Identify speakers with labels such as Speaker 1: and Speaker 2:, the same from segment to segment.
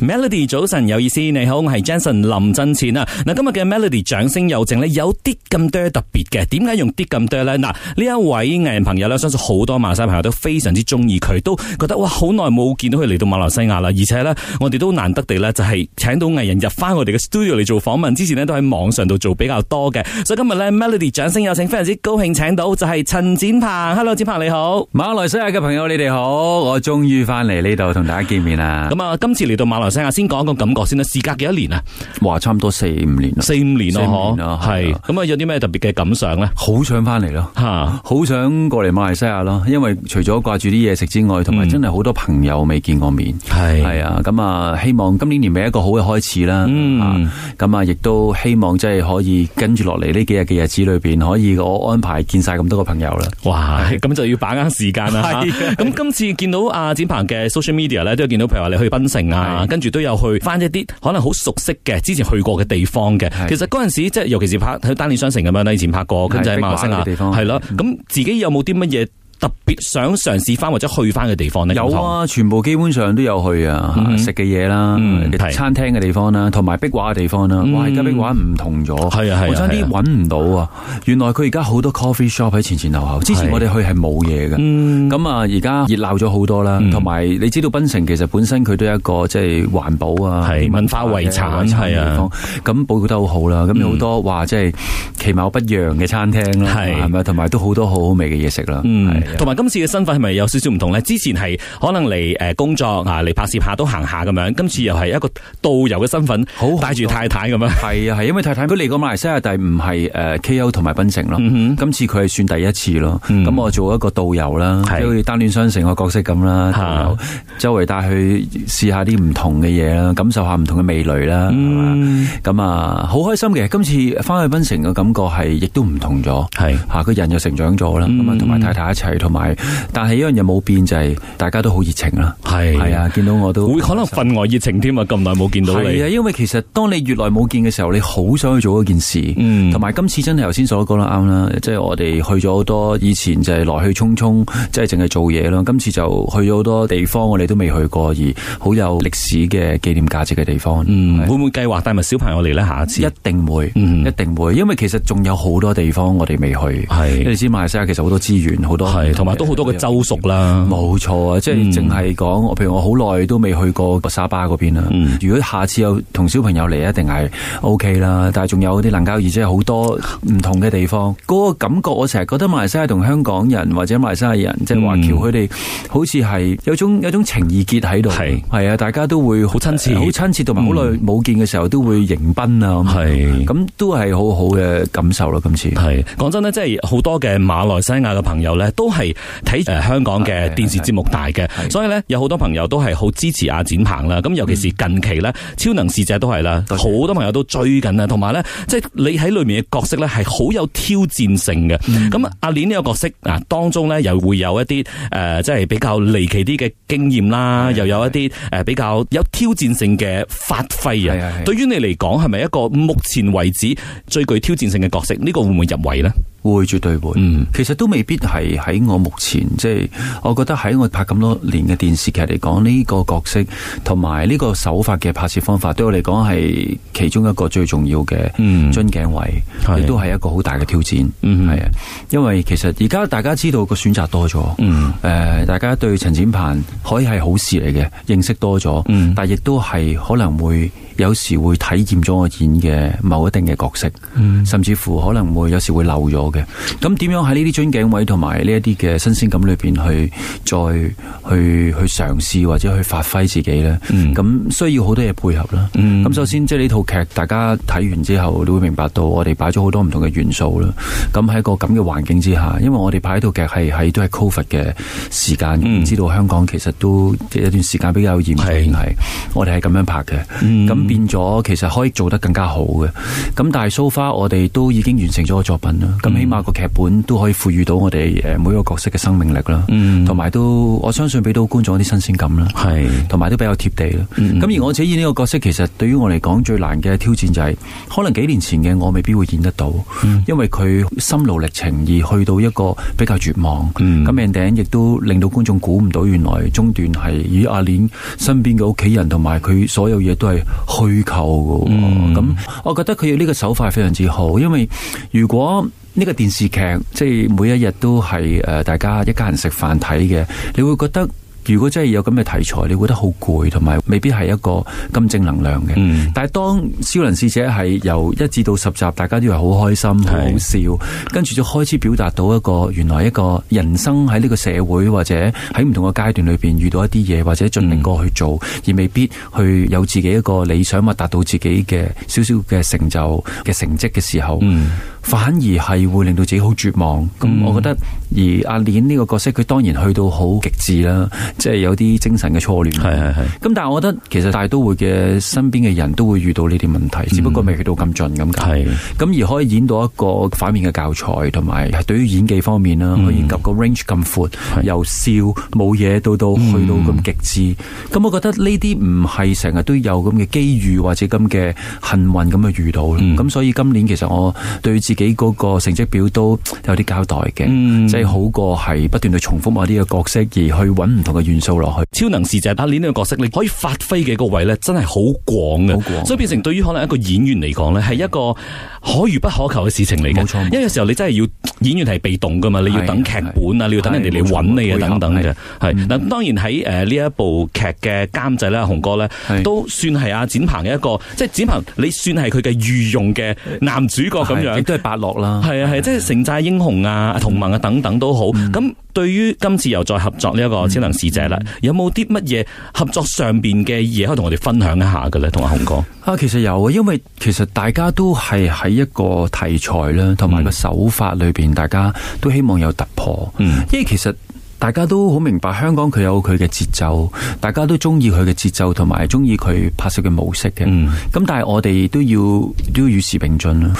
Speaker 1: Melody 早晨有意思，你好，我係 Jason 林振前啊。嗱，今日嘅 Melody 掌聲有請呢，有啲咁多特別嘅，點解用啲咁多呢？嗱，呢一位藝人朋友呢，相信好多馬來西亞朋友都非常之中意佢，都覺得哇，好耐冇見到佢嚟到馬來西亞啦，而且呢，我哋都難得地呢，就係請到藝人入翻我哋嘅 studio 嚟做訪問，之前呢，都喺網上度做比較多嘅，所以今日呢 Melody 掌聲有請，非常之高興請到就係陳展鵬，Hello 展鵬你好。
Speaker 2: 馬來西亞嘅朋友，你哋好，我終於翻嚟呢度同大家見面啦。
Speaker 1: 咁啊，今次嚟到馬來西亞，先講一個感覺先啦。事隔幾多年啊？
Speaker 2: 哇，差唔多四五年啊啦，
Speaker 1: 四五年咯，
Speaker 2: 四五年
Speaker 1: 嗬
Speaker 2: 啦
Speaker 1: 係
Speaker 2: 係啊
Speaker 1: 咁啊，有啲咩特別嘅感想咧？
Speaker 2: 好想翻嚟咯，
Speaker 1: 吓，
Speaker 2: 好想過嚟馬來西亞咯，因為除咗掛住啲嘢食之外，同埋
Speaker 1: 嗯
Speaker 2: 真係好多朋友未見過面。
Speaker 1: 係
Speaker 2: 係啊，咁啊，希望今年年尾一個好嘅開始啦。
Speaker 1: 嗯
Speaker 2: 啊咁啊，亦都希望即係可以跟住落嚟呢幾日嘅日子裏邊，可以我安排見晒咁多個朋友啦。
Speaker 1: 哇，咁就要把握時間啦。嚇
Speaker 2: 係啊
Speaker 1: 咁今次見到阿展鵬嘅 social media 咧，都有見到，譬如話你去檳城啊，
Speaker 2: 係
Speaker 1: 跟住都有去翻一啲可能好熟悉嘅之前去過嘅地方嘅。
Speaker 2: 係
Speaker 1: 其實嗰陣時即係尤其是拍喺單戀雙城咁樣啦，以前拍過，跟住喺
Speaker 2: 係
Speaker 1: 馬來西
Speaker 2: 壁畫
Speaker 1: 亞
Speaker 2: 嘅地方嗯
Speaker 1: 係咯。咁自己有冇啲乜嘢特別想嘗試翻或者去翻嘅地方呢？
Speaker 2: 有啊，全部基本上都有去啊
Speaker 1: 嗯，
Speaker 2: 食嘅嘢啦
Speaker 1: 嗯，係
Speaker 2: 餐廳嘅地方啦，同埋壁畫嘅地方啦。
Speaker 1: 嗯
Speaker 2: 哇，而家壁畫唔同咗，
Speaker 1: 係啊係啊
Speaker 2: 我差
Speaker 1: 係啊
Speaker 2: 啲揾唔到啊！原來佢而家好多 coffee shop 喺前前後後，之前
Speaker 1: 係
Speaker 2: 我哋去係冇嘢嘅。
Speaker 1: 嗯，
Speaker 2: 咁啊，而家熱鬧咗好多啦
Speaker 1: 嗯，
Speaker 2: 同埋你知道檳城其實本身佢都有一個即係環保啊，
Speaker 1: 係
Speaker 2: 啲
Speaker 1: 文化遺產
Speaker 2: 嘅
Speaker 1: 係啊
Speaker 2: 地方，咁保護得好好啦。咁有好
Speaker 1: 嗯
Speaker 2: 多話即係其貌不揚嘅餐廳啦，
Speaker 1: 係
Speaker 2: 係咪？同埋都好多好好味嘅嘢食啦。係
Speaker 1: 嗯
Speaker 2: 啊，
Speaker 1: 同埋今次嘅身份係咪有少少唔同咧？之前係可能嚟誒工作啊，嚟拍攝下都行下咁樣，今次又係一個導遊嘅身份，
Speaker 2: 好
Speaker 1: 帶住太太咁樣。
Speaker 2: 系啊，系因為太太佢嚟過馬來西亞，但係唔係诶 K.O. 同埋槟城咯。
Speaker 1: 嗯
Speaker 2: 今次佢係算第一次咯，
Speaker 1: 嗯
Speaker 2: 咁、我做一個導遊啦，即
Speaker 1: 係
Speaker 2: 係好似單戀雙城個角色咁啦，
Speaker 1: 嚇
Speaker 2: 導遊周圍帶去試下啲唔同嘅嘢啦，感受下唔同嘅味蕾啦，係嘛
Speaker 1: 嗯，
Speaker 2: 咁啊好開心嘅。今次翻去檳城嘅感覺係亦都唔同咗，
Speaker 1: 係
Speaker 2: 嚇個人又成長咗啦，咁啊
Speaker 1: 嗯
Speaker 2: 同埋太太一齊，同埋但係一樣嘢冇變就係大家都好熱情啦，
Speaker 1: 係
Speaker 2: 係，啊，見到我都
Speaker 1: 會可能分外熱情添啊！咁耐冇見到你
Speaker 2: 係啊，，因為其實當你越耐冇見嘅時候，你好想去做嗰件事，
Speaker 1: 嗯
Speaker 2: 同埋今次真係頭先所講得啱啦，即係我哋去咗好多以前就係來去匆匆，即係淨係做嘢啦。今次就去咗好多地方，我哋都未去過，而好有歷史嘅紀念價值嘅地方。
Speaker 1: 嗯，
Speaker 2: 係
Speaker 1: 會唔會計劃帶埋小朋友嚟咧？下一次
Speaker 2: 一定會，
Speaker 1: 嗯
Speaker 2: 一定會，因為其實仲有好多地方我哋未去。
Speaker 1: 係
Speaker 2: 你知馬來西亞其實好多資源，好多
Speaker 1: 係，同埋都好多嘅州屬啦。
Speaker 2: 冇錯啊，即
Speaker 1: 嗯
Speaker 2: 係淨係講，我譬如我好耐都未去過個沙巴嗰邊啦。
Speaker 1: 嗯
Speaker 2: 如果下次有同小朋友嚟，一定係 O K 啦。但係仲有啲能交易，即係好多唔同嘅地方，嗰、個感覺我成日覺得馬來西亞同香港人或者馬來西亞人，即係華僑，
Speaker 1: 嗯
Speaker 2: 佢哋好似係有種有種情意結喺度。
Speaker 1: 係
Speaker 2: 係啊，大家都會
Speaker 1: 好親切嗯
Speaker 2: 好親切，同埋好耐冇見嘅時候都會迎賓啊。咁
Speaker 1: 係
Speaker 2: 咁都係好好嘅感受咯。今次
Speaker 1: 係講真咧，即係好多嘅馬來西亞嘅朋友咧，都係睇誒香港嘅電視節目大嘅，
Speaker 2: 係
Speaker 1: 所以咧有好多朋友都係好支持阿展鵬啦。咁尤其是近期咧，超能使者都係啦，
Speaker 2: 多謝
Speaker 1: 好多朋友都追緊啊啦，同埋咧，即係你喺裏面嘅角色咧係好有挑戰性嘅。
Speaker 2: 嗯
Speaker 1: 咁阿蓮呢個角色啊，當中咧又會有一啲誒、呃即係比較離奇啲嘅經驗啦，
Speaker 2: 係
Speaker 1: 又有一啲誒、呃比較有挑戰性嘅發揮
Speaker 2: 係係
Speaker 1: 啊。
Speaker 2: 係
Speaker 1: 對於你嚟講，係咪一個目前為止最具挑戰性嘅角色？呢、個會唔會入圍呢？
Speaker 2: 會絕對會。
Speaker 1: 嗯，
Speaker 2: 其實都未必係喺我目前，即係我覺得喺我拍咁多年嘅電視劇嚟講，呢、個角色同埋呢個手法嘅拍攝方法，對我嚟講係其中一個最重要嘅
Speaker 1: 嗯
Speaker 2: 樽頸位，
Speaker 1: 係
Speaker 2: 亦都係一個好大嘅挑戰。
Speaker 1: 嗯哼
Speaker 2: 係啊，因為其實而家大家知道個選擇多咗，
Speaker 1: 嗯，
Speaker 2: 誒、大家對陳展鵬可以係好事嚟嘅，認識多咗，
Speaker 1: 嗯
Speaker 2: 但亦都係可能會有時會體驗咗我演嘅某一定嘅角色，
Speaker 1: 嗯
Speaker 2: 甚至乎可能會有時會漏咗嘅。咁點樣喺呢啲樽頸位同埋呢一啲嘅新鮮感裏邊去再去去嘗試或者去發揮自己呢？
Speaker 1: 嗯
Speaker 2: 咁、需要好多嘢配合啦。
Speaker 1: 嗯
Speaker 2: 咁首先即係呢套劇，大家睇完之後，你會明白到我哋擺咗好多唔同嘅元素啦。咁喺個咁嘅環境之下，因為我哋拍呢套劇係喺都係 Covid 嘅時間，
Speaker 1: 嗯
Speaker 2: 知道香港其實都有一段時間比較嚴重，
Speaker 1: 係
Speaker 2: 係我哋係咁樣拍嘅。
Speaker 1: 嗯
Speaker 2: 咁變咗其實可以做得更加好嘅。咁但係 so far 我哋都已經完成咗個作品啦。咁起
Speaker 1: 嗯
Speaker 2: 碼個劇本都可以賦予到我哋诶每一個角色嘅生命力啦，
Speaker 1: 嗯
Speaker 2: 同埋都我相信俾到觀眾一啲新鮮感啦。
Speaker 1: 係
Speaker 2: 同埋都比較貼地啦。咁、
Speaker 1: 嗯嗯
Speaker 2: 而我自己演呢個角色，其實對於我嚟講最難嘅挑戰就係、可能幾年前嘅我未必會演得到，
Speaker 1: 嗯
Speaker 2: 因為佢心路歷程而去到一個比較絕望。
Speaker 1: 嗯
Speaker 2: 咁 ending 亦都令到觀眾估唔到，原來中段係以阿蓮身邊嘅屋企人同埋佢所有嘢都係虛構嘅喎。
Speaker 1: 嗯
Speaker 2: 咁、我覺得佢呢個手法係非常之好，因為如果呢個電視劇即係每一日都係誒、呃大家一家人食飯睇嘅，你會覺得。如果真係有咁嘅題材，你會覺得好攰，同埋未必係一個咁正能量嘅。
Speaker 1: 嗯
Speaker 2: 但係當《超能使者》係由一至到十集，大家都係好開心、好好笑，跟住就開始表達到一個原來一個人生喺呢個社會或者喺唔同嘅階段裏邊遇到一啲嘢，或者盡力過去做，而未必去有自己一個理想或達到自己嘅少少嘅成就嘅成績嘅時候，
Speaker 1: 嗯
Speaker 2: 反而係會令到自己好絕望。咁、我覺得，而阿蓮呢個角色，佢當然去到好極致啦，即係有啲精神嘅錯亂。
Speaker 1: 係係係
Speaker 2: 咁但係我覺得其實大都會嘅身邊嘅人都會遇到呢啲問題，只不過未去到咁盡咁解。
Speaker 1: 係
Speaker 2: 咁而可以演到一個反面嘅教材，同埋對於演技方面啦，
Speaker 1: 嗯
Speaker 2: 可以及個 range 咁闊，由笑冇嘢到到去到咁極致。咁、我覺得呢啲唔係成日都有咁嘅機遇或者咁嘅幸運咁去遇到啦
Speaker 1: 嗯
Speaker 2: 咁、所以今年其實我對自己嗰個成績表都有啲交代嘅，
Speaker 1: 嗯
Speaker 2: 即係好過係不斷去重複某啲嘅角色，而去揾唔同嘅元素落去。
Speaker 1: 呃超能使者阿呢個角色，你可以發揮嘅個位咧，真係好廣嘅，
Speaker 2: 好廣
Speaker 1: 所以變成對於可能一個演員嚟講咧，係一個可遇不可求嘅事情嚟嘅。
Speaker 2: 冇錯冇錯
Speaker 1: 因為有時候你真係要演員係被動噶嘛，你要
Speaker 2: 係
Speaker 1: 等劇本啊，你要等人哋嚟揾你啊，
Speaker 2: 係冇錯嗯
Speaker 1: 等等
Speaker 2: 配
Speaker 1: 嘅。係嗱，當然喺誒呢一部劇嘅監製啦，洪哥咧
Speaker 2: 係
Speaker 1: 都算係阿展鵬嘅一個，即係展鵬，你算係佢嘅御用嘅男主角哦咁
Speaker 2: 係亦
Speaker 1: 樣。
Speaker 2: 都係伯樂啦。
Speaker 1: 係啊係，即係城寨英雄啊、同盟啊等等都好。咁對於今次又再合作呢一個超能使者啦，有冇啲乜嘢合作上邊嘅嘢可以同我哋分享一下嘅咧？同阿洪哥，
Speaker 2: 啊，其實有啊，因為其實大家都係喺一個題材啦，同埋個手法裏邊，大家都希望有突破。
Speaker 1: 嗯
Speaker 2: 因為其實大家都好明白香港佢有佢嘅節奏，大家都中意佢嘅節奏，同埋中意佢拍攝嘅模式嘅。
Speaker 1: 嗯
Speaker 2: 咁但係我哋都要都要與時並進啦，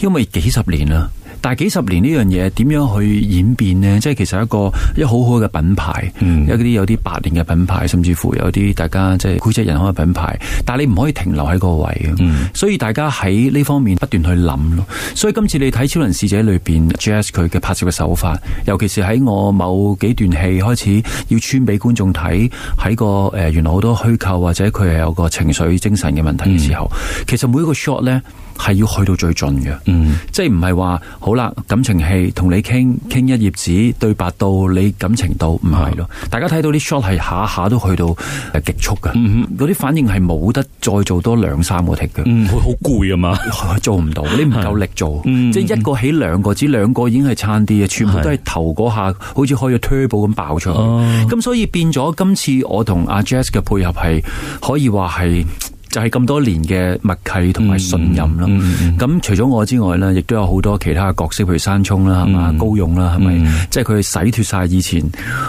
Speaker 2: 因為幾十年啦。但係幾十年呢樣嘢點樣去演變呢？即係其實一個一好好嘅品牌，
Speaker 1: 嗯
Speaker 2: 有啲有啲八年嘅品牌，甚至乎有啲大家即係膾炙人口嘅品牌，但係你唔可以停留喺個位嘅。
Speaker 1: 嗯
Speaker 2: 所以大家喺呢方面不斷去諗咯。所以今次你睇《超人使者》裏邊 Jazz 佢嘅拍攝嘅手法，尤其是喺我某幾段戲開始要穿俾觀眾睇，喺個誒、呃原來好多虛構或者佢係有個情緒精神嘅問題嘅時候，其實每一個 shot 呢係要去到最盡嘅。
Speaker 1: 嗯
Speaker 2: 即係唔係話好啦，感情戲同你傾傾一頁紙對白到你感情到唔係咯？
Speaker 1: 啊
Speaker 2: 大家睇到啲 shot 係下下都去到誒極速嘅，嗰啲、反應係冇得再做多兩三個 tick 嘅。
Speaker 1: 嗯，會好攰啊嘛。
Speaker 2: 做唔到，你唔夠力做，
Speaker 1: 嗯
Speaker 2: 即係一個起兩個，只兩個已經係撐啲嘅，全部都係頭嗰下好似開咗 turbo 咁爆出去，
Speaker 1: 哦
Speaker 2: 咁、所以變咗今次我同阿 Jazz 嘅配合係可以話係。就係咁多年嘅默契同埋信任啦。咁、
Speaker 1: 嗯嗯
Speaker 2: 除咗我之外咧，亦都有好多其他嘅角色，譬如山聰啦，係嘛、
Speaker 1: 嗯
Speaker 2: 高勇啦，係咪？即係佢洗脱晒以前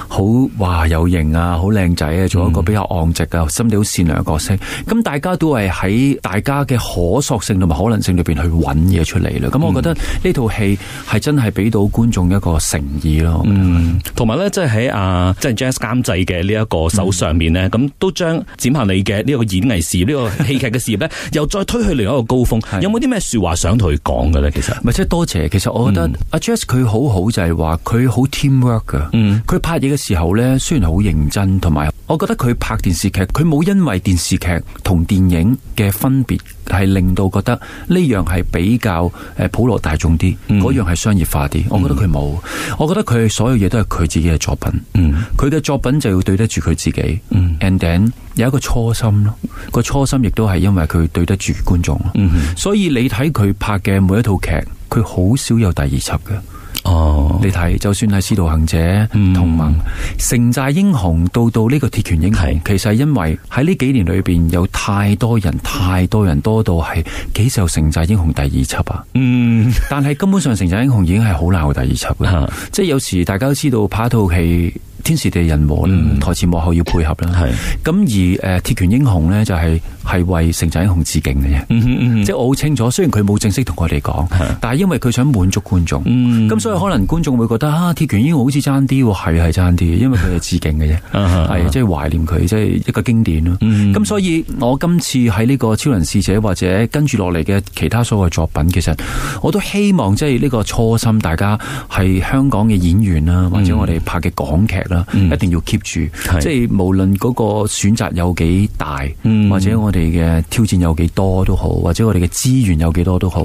Speaker 2: 好哇有型啊，好靚仔啊，做一
Speaker 1: 嗯
Speaker 2: 個比較昂直啊，心地好善良嘅角色。咁大家都係喺大家嘅可塑性同埋可能性裏邊去揾嘢出嚟啦。咁我覺得呢套戲係真係俾到觀眾一個誠意咯。我覺得
Speaker 1: 嗯，同埋咧，即係喺啊，即係 Jazz 監製嘅呢一個手上面咧，咁都將展鵬你嘅呢個演藝事業、呢個戲劇嘅事業咧，又再推去另一個高峰。
Speaker 2: 係
Speaker 1: 有冇啲咩説話想同佢講嘅咧？其實，
Speaker 2: 咪即係多謝，其實我覺得阿 Jess 佢好好就係話佢好 teamwork 噶，
Speaker 1: 嗯
Speaker 2: 佢拍嘢嘅時候呢，雖然好認真，同埋我覺得佢拍電視劇，佢冇因為電視劇同電影嘅分別係令到覺得呢樣係比較誒普羅大眾啲，嗰樣係商業化啲。我覺得佢冇，我覺得佢所有嘢都係佢自己嘅作品。
Speaker 1: 嗯
Speaker 2: 佢嘅作品就要對得住佢自己、
Speaker 1: 嗯
Speaker 2: a n d then 有一個初心咯。個初心亦都係因為佢對得住觀眾咯。
Speaker 1: 嗯，
Speaker 2: 所以你睇佢拍嘅每一套劇，佢好少有第二輯嘅。
Speaker 1: 哦，
Speaker 2: 你睇，就算係《使徒行者》
Speaker 1: 嗯
Speaker 2: 同盟、城寨英雄到到呢個鐵拳英
Speaker 1: 係
Speaker 2: 雄，其實係因為喺呢幾年裏邊有太多人，太多人多到係幾時有城寨英雄第二輯啊？
Speaker 1: 嗯，
Speaker 2: 但係根本上城寨英雄已經係好難有第二輯嘅。
Speaker 1: 嚇
Speaker 2: 即係有時大家都知道拍一套戲天時地人和啦，嗯台前幕後要配合啦。
Speaker 1: 嗯係
Speaker 2: 咁而呃誒鐵拳英雄咧就係係為城寨英雄致敬嘅啫。
Speaker 1: 嗯哼嗯
Speaker 2: 即
Speaker 1: 哼
Speaker 2: 係我好清楚，雖然佢冇正式同我哋講
Speaker 1: 係，
Speaker 2: 但係因為佢想滿足觀眾，咁、
Speaker 1: 嗯
Speaker 2: 所以可能觀眾會覺得啊，鐵拳英雄好似爭啲喎，係係爭啲，因為佢係致敬嘅啫，
Speaker 1: 啊哈
Speaker 2: 係即係懷念佢，即係一個經典咯。
Speaker 1: 嗯
Speaker 2: 咁所以，我今次喺呢個超人使者或者跟住落嚟嘅其他所謂作品，其實我都希望即係呢個初心，大家係香港嘅演員啦，或者我哋拍嘅港劇啦，
Speaker 1: 嗯
Speaker 2: 一定要 keep 住，
Speaker 1: 係
Speaker 2: 即係無論嗰個選擇有幾大，
Speaker 1: 嗯
Speaker 2: 或者我哋嘅挑戰有幾多都好，或者我哋嘅資源有幾多都好，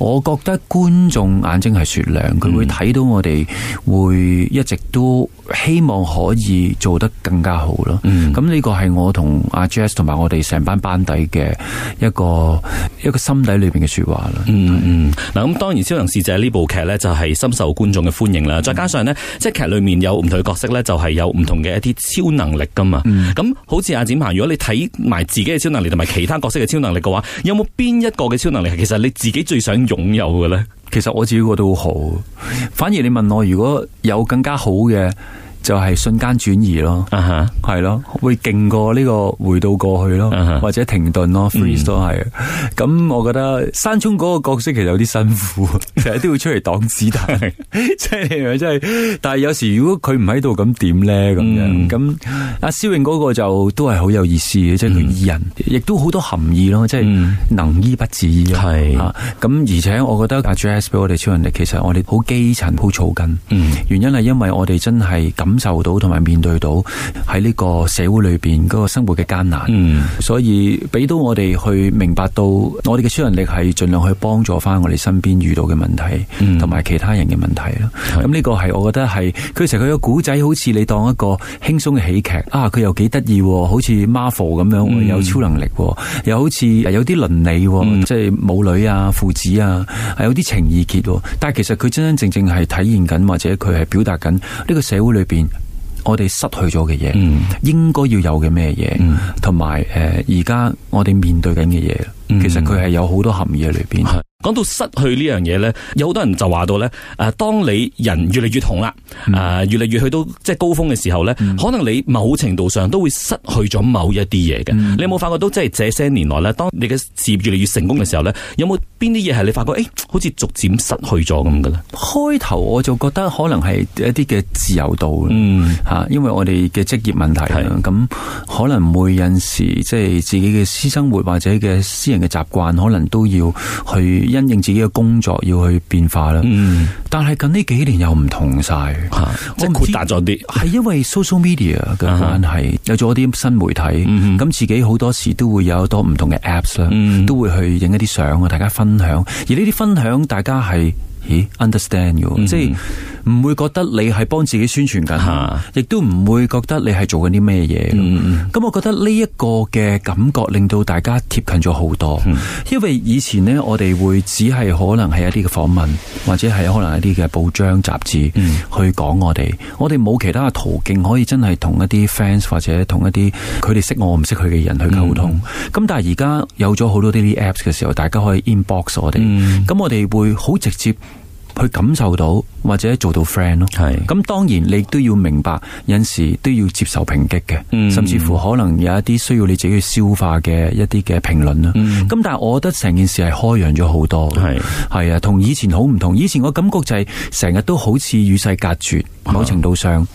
Speaker 2: 我覺得觀眾眼睛係雪亮，佢會睇到我哋會一直都希望可以做得更加好咯。
Speaker 1: 嗯
Speaker 2: 咁呢個係我同阿 Jazz 同埋我哋成班班底嘅一個一個心底裏邊嘅说話啦。
Speaker 1: 嗯嗯，嗱咁當然《超能使者》呢部劇呢，就係深受觀眾嘅歡迎啦，再加上呢，即係劇裏面有唔同嘅角色呢，就係有唔同嘅一啲超能力噶嘛。咁、好似阿展鵬，如果你睇埋自己嘅超能力同埋其他角色嘅超能力嘅話，有冇邊一個嘅超能力係其實你自己最想擁有嘅呢？
Speaker 2: 其實我自己覺得好好，反而你問我如果有更加好嘅，就係瞬間轉移咯。
Speaker 1: 啊哈，
Speaker 2: 係咯，會勁過呢個回到過去咯
Speaker 1: 啊哈
Speaker 2: 或者停頓咯，freeze
Speaker 1: 嗯
Speaker 2: 都係。咁、我覺得山聰嗰個角色其實有啲辛苦， 成日都要出嚟擋子 彈， 即係你咪真係。但係有時如果佢唔喺度，咁點咧？咁
Speaker 1: 嗯
Speaker 2: 樣咁阿蕭穎嗰個就都係好有意思嘅，即係佢醫人，亦都好多含義咯，即係
Speaker 1: 嗯
Speaker 2: 能醫不自醫咯。
Speaker 1: 係
Speaker 2: 啊咁，而且我覺得阿 Jazz 俾我哋超能力，其實我哋好基層，好草根。
Speaker 1: 嗯
Speaker 2: 原因係因為我哋真係感受到同埋面對到喺呢個社會裏邊嗰個生活嘅艱難，
Speaker 1: 嗯
Speaker 2: 所以俾到我哋去明白到我哋嘅超能力係盡量去幫助翻我哋身邊遇到嘅問題
Speaker 1: 嗯，
Speaker 2: 同埋、其他人嘅問題啦。
Speaker 1: 係
Speaker 2: 咁呢個係我覺得係佢其實佢個古仔好似你當一個輕鬆嘅喜劇啊，佢又幾得意喎，好似 Marvel 咁樣，
Speaker 1: 嗯
Speaker 2: 有超能力喎，又好似有啲倫理喎，
Speaker 1: 嗯
Speaker 2: 即係母女啊、父子啊，係有啲情意結喎。但係其實佢真真正正係體現緊，或者佢係表達緊呢個社會裏邊我哋失去咗嘅嘢，
Speaker 1: 嗯
Speaker 2: 應該要有嘅咩
Speaker 1: 嗯
Speaker 2: 嘢，同埋呃誒而家我哋面對緊嘅嘢，
Speaker 1: 嗯啊
Speaker 2: 其實佢係有好多含義喺裏邊。
Speaker 1: 係講到失去呢樣嘢呢，有好多人就話到呢：誒，當你人越嚟越紅啦，誒、越嚟越去到即係高峰嘅時候呢，可能你某程度上都會失去咗某一啲嘢嘅。你有冇發覺到，即係這些年來呢，當你嘅事業越嚟越成功嘅時候呢，有冇邊啲嘢係你發覺，誒，好似逐漸失去咗咁嘅咧？
Speaker 2: 開頭我就覺得可能係一啲嘅自由度啦
Speaker 1: 嗯，
Speaker 2: 吓，因為我哋嘅職業問題啊啦
Speaker 1: 係
Speaker 2: 咁可能每有陣時即係自己嘅私生活或者嘅私人嘅習慣，可能都要去因應自己嘅工作要去變化啦。
Speaker 1: 嗯，
Speaker 2: 但係近呢幾年又唔同晒，
Speaker 1: 吓，即係
Speaker 2: 我唔
Speaker 1: 豁
Speaker 2: 知
Speaker 1: 達咗啲。
Speaker 2: 係因為 social media 嘅關係，有咗啲新媒體，
Speaker 1: 啊嗯
Speaker 2: 咁自己好多時都會有好多唔同嘅 apps 啦，
Speaker 1: 嗯
Speaker 2: 都會去影一啲相啊，大家分享。而呢啲分享，大家係咦 understand 嘅喎，
Speaker 1: 嗯
Speaker 2: 即係唔會覺得你係幫自己宣傳緊
Speaker 1: 嚇，
Speaker 2: 亦都唔會覺得你係做緊啲咩嘢。
Speaker 1: 啊嗯嗯
Speaker 2: 咁我覺得呢一個嘅感覺令到大家貼近咗好多，因為以前呢，我哋會只係可能係一啲嘅訪問，或者係可能一啲嘅報章雜誌去講我哋，我哋冇其他嘅途徑可以真係同一啲 fans 或者同一啲佢哋識我唔識佢嘅人去溝通。咁、但係而家有咗好多呢啲 apps 嘅時候，大家可以 inbox 我哋，
Speaker 1: 嗯
Speaker 2: 咁、我哋會好直接去感受到或者做到 friend 咯。
Speaker 1: 係
Speaker 2: 咁當然你都要明白，有陣時都要接受抨擊嘅，
Speaker 1: 嗯
Speaker 2: 甚至乎可能有一啲需要你自己去消化嘅一啲嘅評論啦。咁、
Speaker 1: 嗯
Speaker 2: 但係我覺得成件事係開揚咗好多，
Speaker 1: 係
Speaker 2: 係啊，同以前好唔同。以前我感覺就係成日都好似與世隔絕，某程度上，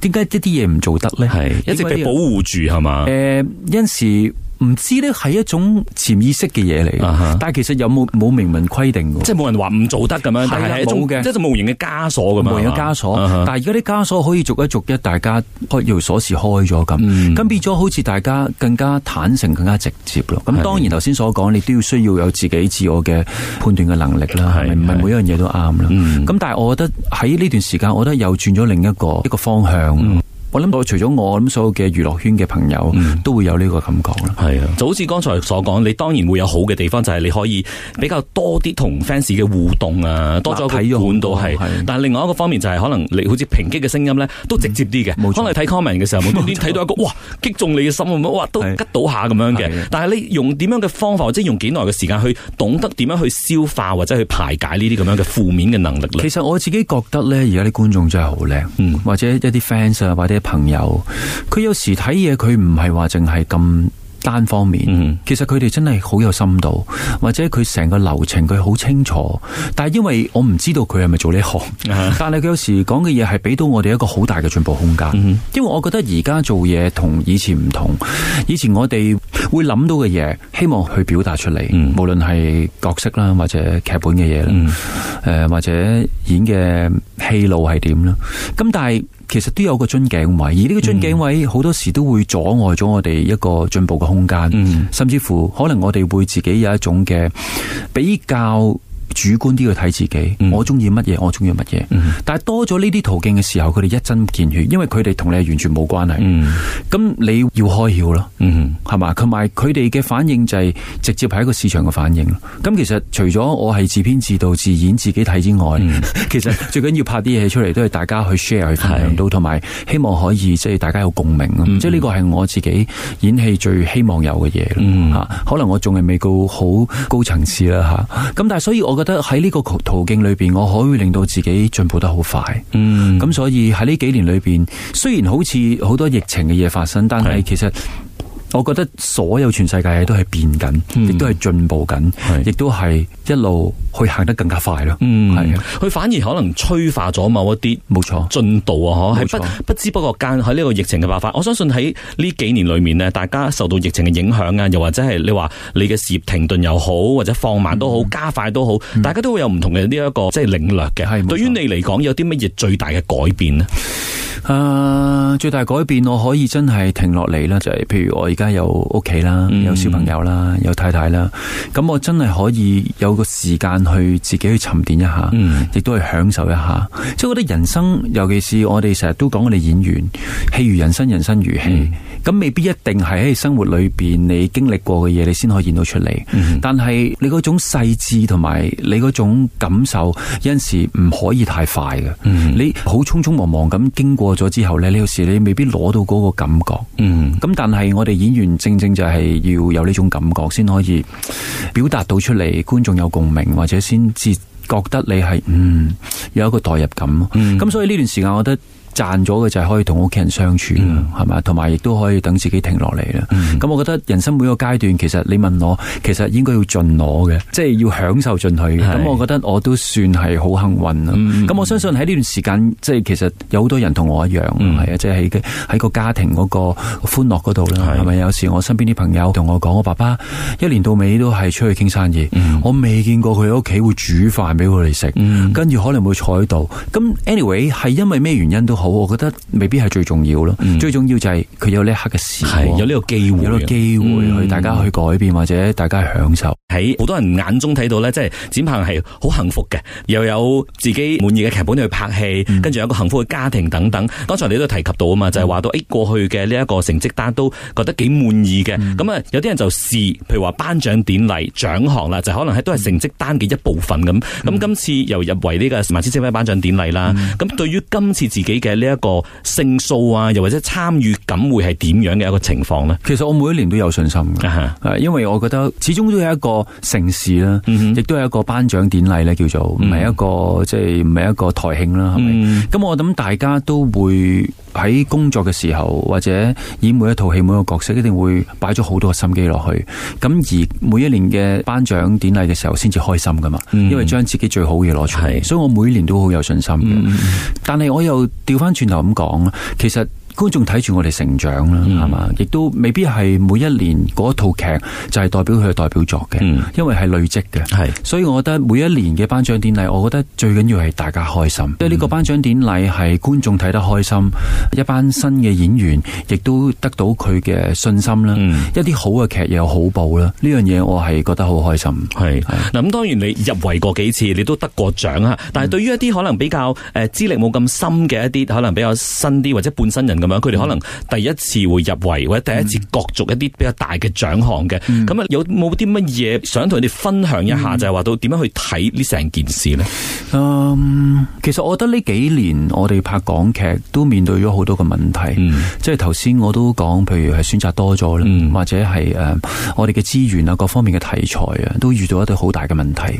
Speaker 2: 點解一啲嘢唔做得呢？
Speaker 1: 啊係一直
Speaker 2: 點解
Speaker 1: 被
Speaker 2: 呢
Speaker 1: 保護啊住係嘛？
Speaker 2: 誒、有陣時唔知呢係一種潛意識嘅嘢嚟嘅
Speaker 1: 啊哈
Speaker 2: 但係其實有冇冇明文規定嘅喎？
Speaker 1: 即係冇人話唔做得咁樣，
Speaker 2: 係啊
Speaker 1: 但係一種
Speaker 2: 冇嘅
Speaker 1: 即係一種無形嘅枷鎖咁樣。
Speaker 2: 無形嘅枷鎖，
Speaker 1: 啊哈
Speaker 2: 但係而家啲枷鎖可以逐一逐一，大家開條鎖匙開咗
Speaker 1: 嗯
Speaker 2: 咁，咁變咗好似大家更加坦誠、更加直接咯。
Speaker 1: 係
Speaker 2: 咁當然頭先所講，你都要需要有自己自我嘅判斷嘅能力啦，
Speaker 1: 係
Speaker 2: 係咪唔
Speaker 1: 係
Speaker 2: 係每樣嘢都啱啦。
Speaker 1: 嗯
Speaker 2: 咁但係我覺得喺呢段時間，我覺得又轉咗另一個一個方向。
Speaker 1: 嗯
Speaker 2: 我諗我除咗我，咁所有嘅娛樂圈嘅朋友都會有呢個感覺啦。
Speaker 1: 系啊，就好似剛才所講，你當然會有好嘅地方，就係你可以比較多啲同 fans 嘅互動啊，多咗
Speaker 2: 立體
Speaker 1: 個
Speaker 2: 咗好
Speaker 1: 管道
Speaker 2: 多
Speaker 1: 係
Speaker 2: 係。嗯
Speaker 1: 但係另外一個方面就係可能你好似抨擊嘅聲音咧，都直接啲嘅。
Speaker 2: 冇錯
Speaker 1: 可能你睇 comment 嘅時候，無端端睇到一個哇擊中你嘅心咁樣，哇都
Speaker 2: 係
Speaker 1: 吉到下咁樣嘅
Speaker 2: 係嘅。
Speaker 1: 但係你用點樣嘅方法，或者用幾耐嘅時間去懂得點樣去消化或者去排解呢啲咁樣嘅負面嘅能力咧？
Speaker 2: 其實我自己覺得呢，而家啲觀眾真係好靚，
Speaker 1: 嗯
Speaker 2: 或者一啲 fans 啊，或者一者朋友，佢有時睇嘢佢唔係話淨係咁單方面。
Speaker 1: 嗯
Speaker 2: 其實佢哋真係好有深度，或者佢成個流程佢好清楚，但係因為我唔知道佢係咪做呢行，
Speaker 1: 啊
Speaker 2: 但係佢有時講嘅嘢係俾到我哋一個好大嘅進步空間。
Speaker 1: 嗯
Speaker 2: 因為我覺得而家做嘢同以前唔同，以前我哋會諗到嘅嘢，希望去表達出嚟，
Speaker 1: 嗯
Speaker 2: 無論係角色啦，或者劇本嘅嘢啦，
Speaker 1: 嗯
Speaker 2: 诶、呃或者演嘅戲路係點啦。咁但係其實都有個樽頸位，而呢個樽頸位好多時都會阻礙咗我哋一個進步嘅空間。
Speaker 1: 嗯
Speaker 2: 甚至乎可能我哋會自己有一種嘅比較主觀啲去睇自己，
Speaker 1: 嗯
Speaker 2: 我中意乜嘢，我中意乜嘢。
Speaker 1: 嗯
Speaker 2: 但係啊多咗呢啲途徑嘅時候，佢哋一針見血，因為佢哋同你係完全冇關係。
Speaker 1: 嗯
Speaker 2: 咁、你要開竅咯。
Speaker 1: 嗯
Speaker 2: 係嘛？同埋佢哋嘅反應就係直接係一個市場嘅反應咯。咁其實除咗我係自編自導自演自己睇之外，
Speaker 1: 嗯
Speaker 2: 其實最緊要拍啲嘢出嚟都係大家去 share 去分享到，同埋希望可以即係大家有共鳴咯。
Speaker 1: 嗯
Speaker 2: 即係呢個係我自己演戲最希望有嘅嘢咯。
Speaker 1: 嗯
Speaker 2: 吓、可能我仲係未到好高層次啦吓。咁但係所以我覺得喺呢個途途徑裏边，我可以令到自己進步得好快。
Speaker 1: 嗯
Speaker 2: 咁所以喺呢幾年裏边，雖然好似好多疫情嘅嘢發生，但係
Speaker 1: 係
Speaker 2: 其實我覺得所有全世界嘅嘢都係變緊，
Speaker 1: 嗯
Speaker 2: 亦都係進步緊，
Speaker 1: 係
Speaker 2: 亦都係一路去行得更加快咯。
Speaker 1: 嗯
Speaker 2: 係啊，
Speaker 1: 佢反而可能催化咗某一啲。
Speaker 2: 冇錯，
Speaker 1: 進度啊，嗬，
Speaker 2: 冇
Speaker 1: 係
Speaker 2: 錯
Speaker 1: 不不知不覺間喺呢個疫情嘅爆發，我相信喺呢幾年裏面呢，大家受到疫情嘅影響啊，又或者係你話你嘅事業停頓又好，或者放慢都好，
Speaker 2: 嗯
Speaker 1: 加快都好，大家都會有唔同嘅呢一個即係領略嘅。
Speaker 2: 係冇錯
Speaker 1: 對於你嚟講，有啲乜嘢最大嘅改變呢？
Speaker 2: 诶、啊最大改變我可以真係停落嚟啦，就係譬如我而家有屋企啦，
Speaker 1: 嗯
Speaker 2: 有小朋友啦，有太太啦，咁我真係可以有個時間去自己去沉澱一下。
Speaker 1: 嗯
Speaker 2: 亦都係享受一下，即係我覺得人生，尤其是我哋成日都講我哋演員，戲如人生，人生如戲，
Speaker 1: 嗯
Speaker 2: 咁、未必一定係喺生活裏边你經歷過嘅嘢，你先可以演到出嚟。
Speaker 1: 嗯
Speaker 2: 但係你嗰種細緻同埋你嗰種感受，有阵时唔可以太快嘅。
Speaker 1: 嗯
Speaker 2: 你好匆匆忙忙咁經過咗之後呢，你有時你未必攞到嗰個感覺。
Speaker 1: 嗯
Speaker 2: 咁但係我哋演員正正就係要有呢種感覺，先可以表達到出嚟，觀眾有共鳴，或者先至覺得你係嗯有一個代入感咯。
Speaker 1: 嗯
Speaker 2: 咁、所以呢段時間，我覺得賺咗嘅就係可以同屋企人相處啦，係咪、同埋亦都可以等自己停落嚟啦。
Speaker 1: 嗯
Speaker 2: 咁、我覺得人生每一個階段，其實你問我，其實應該要盡我嘅，即係要享受盡佢嘅。
Speaker 1: 係
Speaker 2: 咁我覺得我都算係好幸運啊啦。
Speaker 1: 嗯
Speaker 2: 咁、我相信喺呢段時間，即係其實有好多人同我一樣，係
Speaker 1: 嗯
Speaker 2: 啊、即係喺個喺個家庭嗰個歡樂嗰度啦，
Speaker 1: 係
Speaker 2: 係咪？有時我身邊啲朋友同我講，我爸爸一年到尾都係出去傾生意，我未見過佢喺屋企會煮飯俾我哋食。
Speaker 1: 嗯
Speaker 2: 跟住可能會坐喺度，咁 anyway 係因為咩原因都好，我覺得未必係最重要咯。
Speaker 1: 嗯
Speaker 2: 最重要就係佢有呢一刻嘅事，
Speaker 1: 係有呢個機會，啊
Speaker 2: 有呢個機會去啊
Speaker 1: 嗯
Speaker 2: 大家去改變或者大家去享受。
Speaker 1: 喺好多人眼中睇到咧，即係展鵬係好幸福嘅，又有自己滿意嘅劇本去拍戲，跟住有一個幸福嘅家庭等等。剛才你都提及到啊嘛，就係話到誒過去嘅呢一個成績單都覺得幾滿意嘅。咁啊、有啲人就試，譬如話頒獎典禮獎項啦，就可能係都係成績單嘅一部分咁。咁、今次又入圍呢個萬千星輝頒獎典禮啦。咁、對於今次自己嘅呢一個勝數啊，又或者參與感會係點樣嘅一個情況呢？
Speaker 2: 其實我每一年都有信心嘅。
Speaker 1: 啊哈
Speaker 2: 誒因為我覺得始終都係一個盛事啦，
Speaker 1: 嗯哼
Speaker 2: 亦都係一個頒獎典禮咧，叫做唔係一個即係唔係一個台慶啦，係咪？
Speaker 1: 嗯
Speaker 2: 咁我諗大家都會喺工作嘅時候，或者演每一套戲每一個角色，一定會擺咗好多心機落去。咁而每一年嘅頒獎典禮嘅時候，先至開心噶嘛，
Speaker 1: 嗯
Speaker 2: 因為將自己最好嘅嘢攞出嚟。
Speaker 1: 係
Speaker 2: 所以我每年都好有信心嘅。
Speaker 1: 嗯嗯
Speaker 2: 但係我又調翻轉頭咁講啦，其實。觀眾睇住我哋成長啦，
Speaker 1: 嗯
Speaker 2: 係嘛、亦都未必係每一年嗰套劇就係代表佢嘅代表作嘅，
Speaker 1: 嗯，
Speaker 2: 因為係累積嘅。
Speaker 1: 係
Speaker 2: 所以我覺得每一年嘅頒獎典禮，我覺得最緊要係大家開心，即係呢個頒獎典禮係觀眾睇得開心，一班新嘅演員亦都得到佢嘅信心啦，
Speaker 1: 嗯。
Speaker 2: 一啲好嘅劇又好報啦，呢樣嘢我係覺得好開心。
Speaker 1: 系嗱，咁當然你入圍過幾次，你都得過獎啊。但係對於一啲可能比較诶資歷冇咁深嘅一啲，可能比較新啲或者半新人咁樣，
Speaker 2: 嗯
Speaker 1: 佢哋可能第一次會入圍或者第一次角逐一啲比較大嘅獎項嘅。
Speaker 2: 嗯
Speaker 1: 咁啊、有冇啲乜嘢想同你哋分享一下？就係話到點樣去睇呢成件事呢？
Speaker 2: 嗯，其實我覺得呢幾年我哋拍港劇都面對咗好多嘅問題。
Speaker 1: 嗯
Speaker 2: 即係頭先我都講，譬如係選擇多咗啦，
Speaker 1: 嗯
Speaker 2: 或者係誒、呃我哋嘅資源啊，各方面嘅題材啊，都遇到一啲好大嘅問題。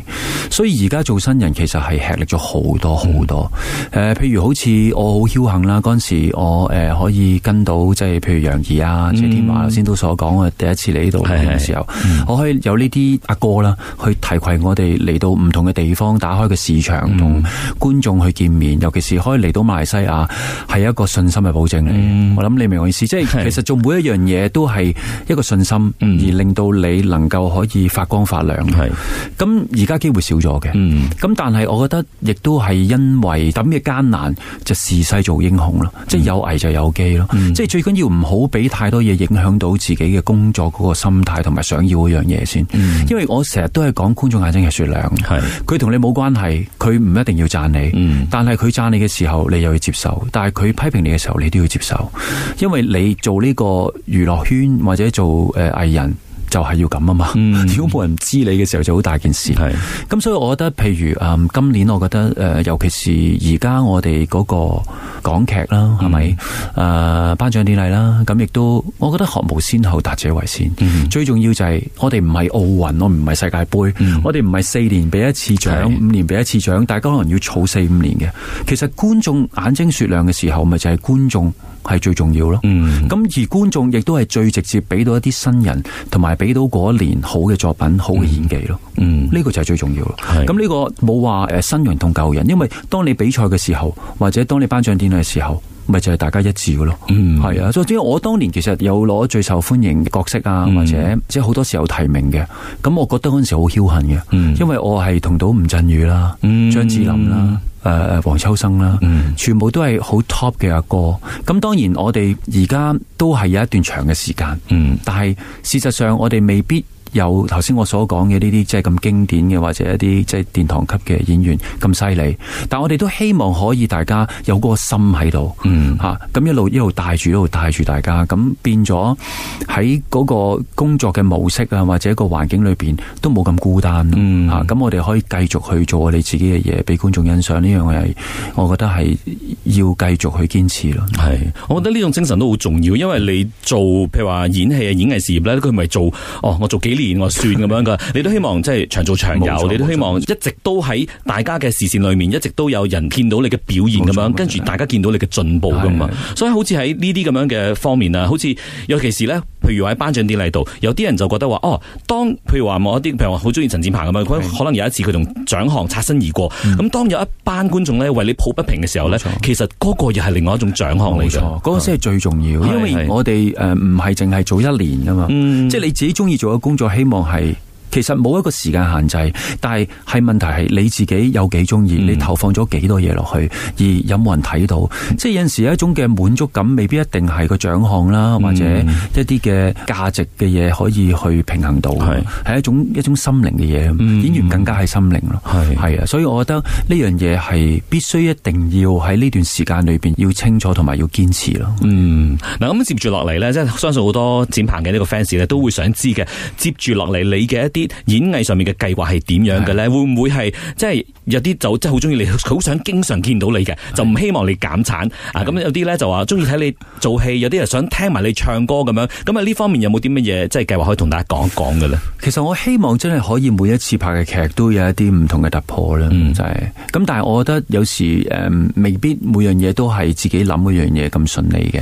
Speaker 2: 所以而家做新人其
Speaker 1: 嗯
Speaker 2: 實係吃力咗好多好多。誒、譬如好似我好僥幸啦，嗰陣時我誒、呃可以跟到即係譬如楊怡啊、謝天華頭先都所講啊，第一次嚟呢度嘅時候，
Speaker 1: 嗯
Speaker 2: 我可以有呢啲阿哥啦，去提攜我哋嚟到唔同嘅地方，打開個市場
Speaker 1: 嗯
Speaker 2: 同觀眾去見面，尤其是可以嚟到馬來西亞，係一個信心嘅保證嚟。我諗你明我意思，即係
Speaker 1: 嗯係
Speaker 2: 其實做每一樣嘢都係一個信心，
Speaker 1: 嗯
Speaker 2: 而令到你能夠可以發光發亮。
Speaker 1: 係，
Speaker 2: 咁而家機會少咗嘅。
Speaker 1: 嗯，
Speaker 2: 咁但係我覺得亦都係因為咁嘅艱難，就時勢做英雄
Speaker 1: 嗯
Speaker 2: 咯，即係有危就有機咯，即係最緊要唔好俾太多嘢影響到自己嘅工作嗰個心態同埋想要嗰樣嘢先。
Speaker 1: 嗯
Speaker 2: 因為我成日都係講觀眾眼睛係雪亮，
Speaker 1: 係，
Speaker 2: 佢同你冇關係，佢唔一定要讚你。
Speaker 1: 嗯，
Speaker 2: 但係佢讚你嘅時候，你又要接受；但係佢批評你嘅時候，你都要接受，因為你做呢個娛樂圈或者做诶藝人，就係要咁啊嘛。
Speaker 1: 嗯
Speaker 2: 如果冇人知你嘅時候，就好大件事。
Speaker 1: 係，
Speaker 2: 咁所以我覺得，譬如誒、嗯今年我覺得誒、呃尤其是而家我哋嗰個港劇
Speaker 1: 嗯
Speaker 2: 啦，係咪誒頒獎典禮啦？咁亦都，我覺得學無先後，達者為先。
Speaker 1: 嗯
Speaker 2: 最重要就係我哋唔係奧運，我唔係世界盃，
Speaker 1: 嗯
Speaker 2: 我哋唔係四年俾一次獎，
Speaker 1: 係
Speaker 2: 五年俾一次獎，大家可能要儲四五年嘅。其實觀眾眼睛雪亮嘅時候，咪就係觀眾係最重要咯。
Speaker 1: 嗯，
Speaker 2: 咁而觀眾亦都係最直接俾到一啲新人，同埋俾到嗰一年好嘅作品、好嘅演技咯。
Speaker 1: 嗯，
Speaker 2: 呢個就係最重要咯。
Speaker 1: 係
Speaker 2: 咁呢個冇話誒新人同舊人，因為當你比賽嘅時候，或者當你頒獎典禮嘅時候，咪就係大家一致嘅咯。
Speaker 1: 嗯，
Speaker 2: 係啊，所以我當年其實有攞最受歡迎角色啊，
Speaker 1: 嗯
Speaker 2: 或者即係好多時候提名嘅。咁我覺得嗰陣時好僥倖嘅，
Speaker 1: 嗯，
Speaker 2: 因為我係同到吳鎮宇啦、
Speaker 1: 嗯
Speaker 2: 張智霖啦、誒誒黃秋生啦。
Speaker 1: 嗯，
Speaker 2: 全部都係好 top 嘅阿哥，咁當然我哋而家都係有一段長嘅時間，
Speaker 1: 嗯，
Speaker 2: 但係事實上我哋未必有頭先我所講嘅呢啲即係咁經典嘅或者一啲即係殿堂級嘅演員咁犀利，但我哋都希望可以大家有嗰個心喺度。
Speaker 1: 嗯，
Speaker 2: 吓咁、一路一路帶住，一路帶住大家，咁變咗喺嗰個工作嘅模式啊，或者個環境裏邊都冇咁孤單咯
Speaker 1: 嗯
Speaker 2: 吓咁、我哋可以繼續去做我哋自己嘅嘢，俾觀眾欣賞呢樣嘢係，我覺得係要繼續去堅持咯。
Speaker 1: 系，我覺得呢種精神都好重要，因為你做譬如話演戲啊、演藝事業咧，佢唔係做哦，我做幾年我算咁樣 噶，你都希望即係長做長
Speaker 2: 冇
Speaker 1: 有，
Speaker 2: 錯
Speaker 1: 你都希望
Speaker 2: 冇
Speaker 1: 一直都喺大家嘅視線裏面，一直都有人見到你嘅表現咁
Speaker 2: 冇錯
Speaker 1: 樣，
Speaker 2: 冇錯
Speaker 1: 跟住大家見到你嘅進步噶嘛
Speaker 2: 係，
Speaker 1: 所以好似喺呢啲咁樣嘅方面啊，好似尤其是咧，譬如話喺頒獎典禮度，有啲人就覺得話哦，當譬如話某一啲譬如話好中意陳展鵬咁樣，佢
Speaker 2: 係嗯
Speaker 1: 可能有一次佢同獎項擦身而過，咁當有一班觀眾咧為你抱不平嘅時候咧
Speaker 2: 冇錯，
Speaker 1: 其實嗰個又係另外一種獎項嚟
Speaker 2: 冇
Speaker 1: 嘅。嗯
Speaker 2: 錯，嗰個先係最重要，
Speaker 1: 係
Speaker 2: 因為
Speaker 1: 係
Speaker 2: 我哋誒唔係淨係做一年噶嘛，
Speaker 1: 嗯
Speaker 2: 即係你自己中意做嘅工作，希望係。其實冇一個時間限制，但係係問題係你自己有幾中意，
Speaker 1: 嗯
Speaker 2: 你投放咗幾多嘢落去，而有冇人睇到？即係有陣時有一種嘅滿足感，未必一定係個獎項
Speaker 1: 嗯
Speaker 2: 啦，或者一啲嘅價值嘅嘢可以去平衡到，啊
Speaker 1: 係
Speaker 2: 係一種一種心靈嘅嘢。
Speaker 1: 嗯
Speaker 2: 演員更加係心靈咯。
Speaker 1: 係
Speaker 2: 係啊，所以我覺得呢樣嘢係必須一定要喺呢段時間裏邊要清楚同埋要堅持咯。
Speaker 1: 嗯，嗱咁接住落嚟咧，即係相信好多展鵬嘅呢個 fans 咧都會想知嘅。接住落嚟，你嘅一啲演藝上面嘅計劃係點樣嘅咧？會唔會係即係有啲就即係好中意你，好想經常見到你嘅，就唔希望你減產啊？咁有啲咧就話中意睇你做戲，有啲人想聽埋你唱歌咁樣。咁啊呢方面有冇啲乜嘢即係計劃可以同大家講一講嘅咧？
Speaker 2: 其實我希望真係可以每一次拍嘅劇都有一啲唔同嘅突破啦，
Speaker 1: 嗯
Speaker 2: 就係咁。但係我覺得有時誒、嗯未必每樣嘢都係自己諗嗰樣嘢咁順利嘅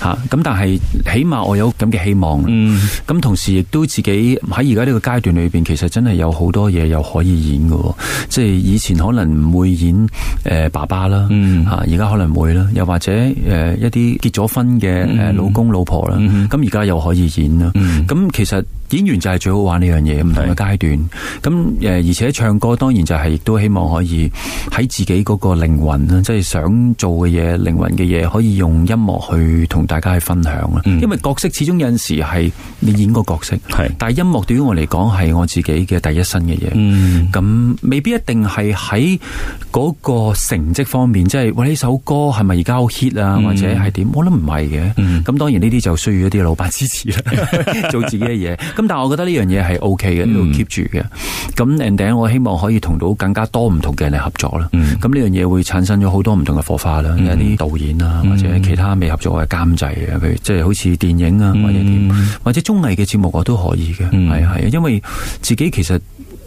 Speaker 2: 嚇。咁、但係起碼我有咁嘅希望。
Speaker 1: 嗯
Speaker 2: 咁同時亦都自己喺而家呢個階段裏邊，其實真係有好多嘢又可以演嘅喎，即係以前可能唔會演誒、呃爸爸啦，
Speaker 1: 嗯
Speaker 2: 嚇啊而家可能會啦，又或者誒、呃一啲結咗婚嘅誒
Speaker 1: 嗯
Speaker 2: 老公老婆啦
Speaker 1: 嗯，
Speaker 2: 咁而家又可以演啦。
Speaker 1: 嗯
Speaker 2: 咁其實演員就係最好玩呢樣嘢，唔同嘅階段。咁誒，而且唱歌當然就係亦都希望可以喺自己嗰個靈魂啦，即係想做嘅嘢、靈魂嘅嘢，可以用音樂去同大家去分享啦。
Speaker 1: 嗯
Speaker 2: 因為角色始終有陣時係你演個角色，
Speaker 1: 係
Speaker 2: 但係音樂對於我嚟講係我自己嘅第一身嘅嘢。
Speaker 1: 嗯
Speaker 2: 咁未必一定係喺嗰個成績方面，即係喂呢首歌係咪而家好 hit 啊，
Speaker 1: 嗯
Speaker 2: 或者係點？我諗唔係嘅。
Speaker 1: 嗯
Speaker 2: 咁當然呢啲就需要一啲老闆支持 啦，做自己嘅嘢。咁但係我覺得呢樣嘢係 O K 嘅，
Speaker 1: 嗯
Speaker 2: 要 keep 住嘅。咁 and then 我希望可以同到更加多唔同嘅人嚟合作啦。
Speaker 1: 嗯
Speaker 2: 咁呢樣嘢會產生咗好多唔同嘅火花啦，有啲導演啊，
Speaker 1: 嗯
Speaker 2: 或者其他未合作嘅監製嘅，譬如即係好似電影啊或者點，或者綜藝嘅節目我都可以嘅，
Speaker 1: 嗯
Speaker 2: 係啊係啊，因為自己其實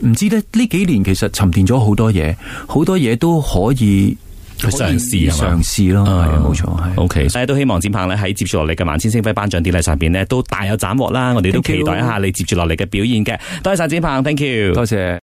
Speaker 2: 唔知咧呢幾年其實沉澱咗好多嘢，好多嘢都可以。
Speaker 1: 去嘗試係嘛
Speaker 2: 尝？试咯，係啊
Speaker 1: 啊
Speaker 2: 冇錯，係。
Speaker 1: O K，大家都希望展鵬咧喺接住落嚟嘅萬千星輝頒獎典禮上邊咧都大有斬獲啦，我哋都
Speaker 2: Thank you
Speaker 1: 期待一下你接住落嚟嘅表現嘅。多謝晒展鵬，thank you。
Speaker 2: 多謝。